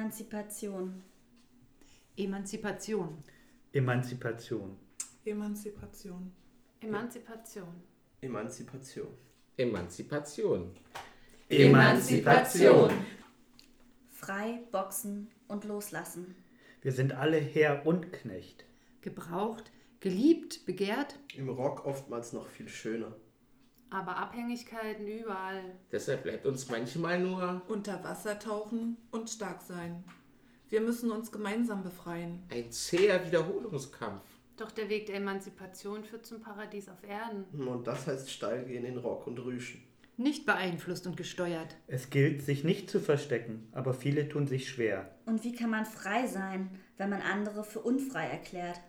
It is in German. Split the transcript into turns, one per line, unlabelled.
Emanzipation.
Emanzipation.
Emanzipation.
Emanzipation.
Emanzipation.
Emanzipation.
Emanzipation.
Emanzipation.
Frei, boxen und loslassen.
Wir sind alle Herr und Knecht.
Gebraucht, geliebt, begehrt.
Im Rock oftmals noch viel schöner.
Aber Abhängigkeiten überall.
Deshalb bleibt uns manchmal nur
Unter Wasser tauchen und stark sein. Wir müssen uns gemeinsam befreien.
ein zäher Wiederholungskampf.
Doch der Weg der Emanzipation führt zum Paradies auf Erden.
Und das heißt steil gehen in Rock und Rüschen.
Nicht beeinflusst und gesteuert.
Es gilt, sich nicht zu verstecken, aber viele tun sich schwer.
Und wie kann man frei sein, wenn man andere für unfrei erklärt?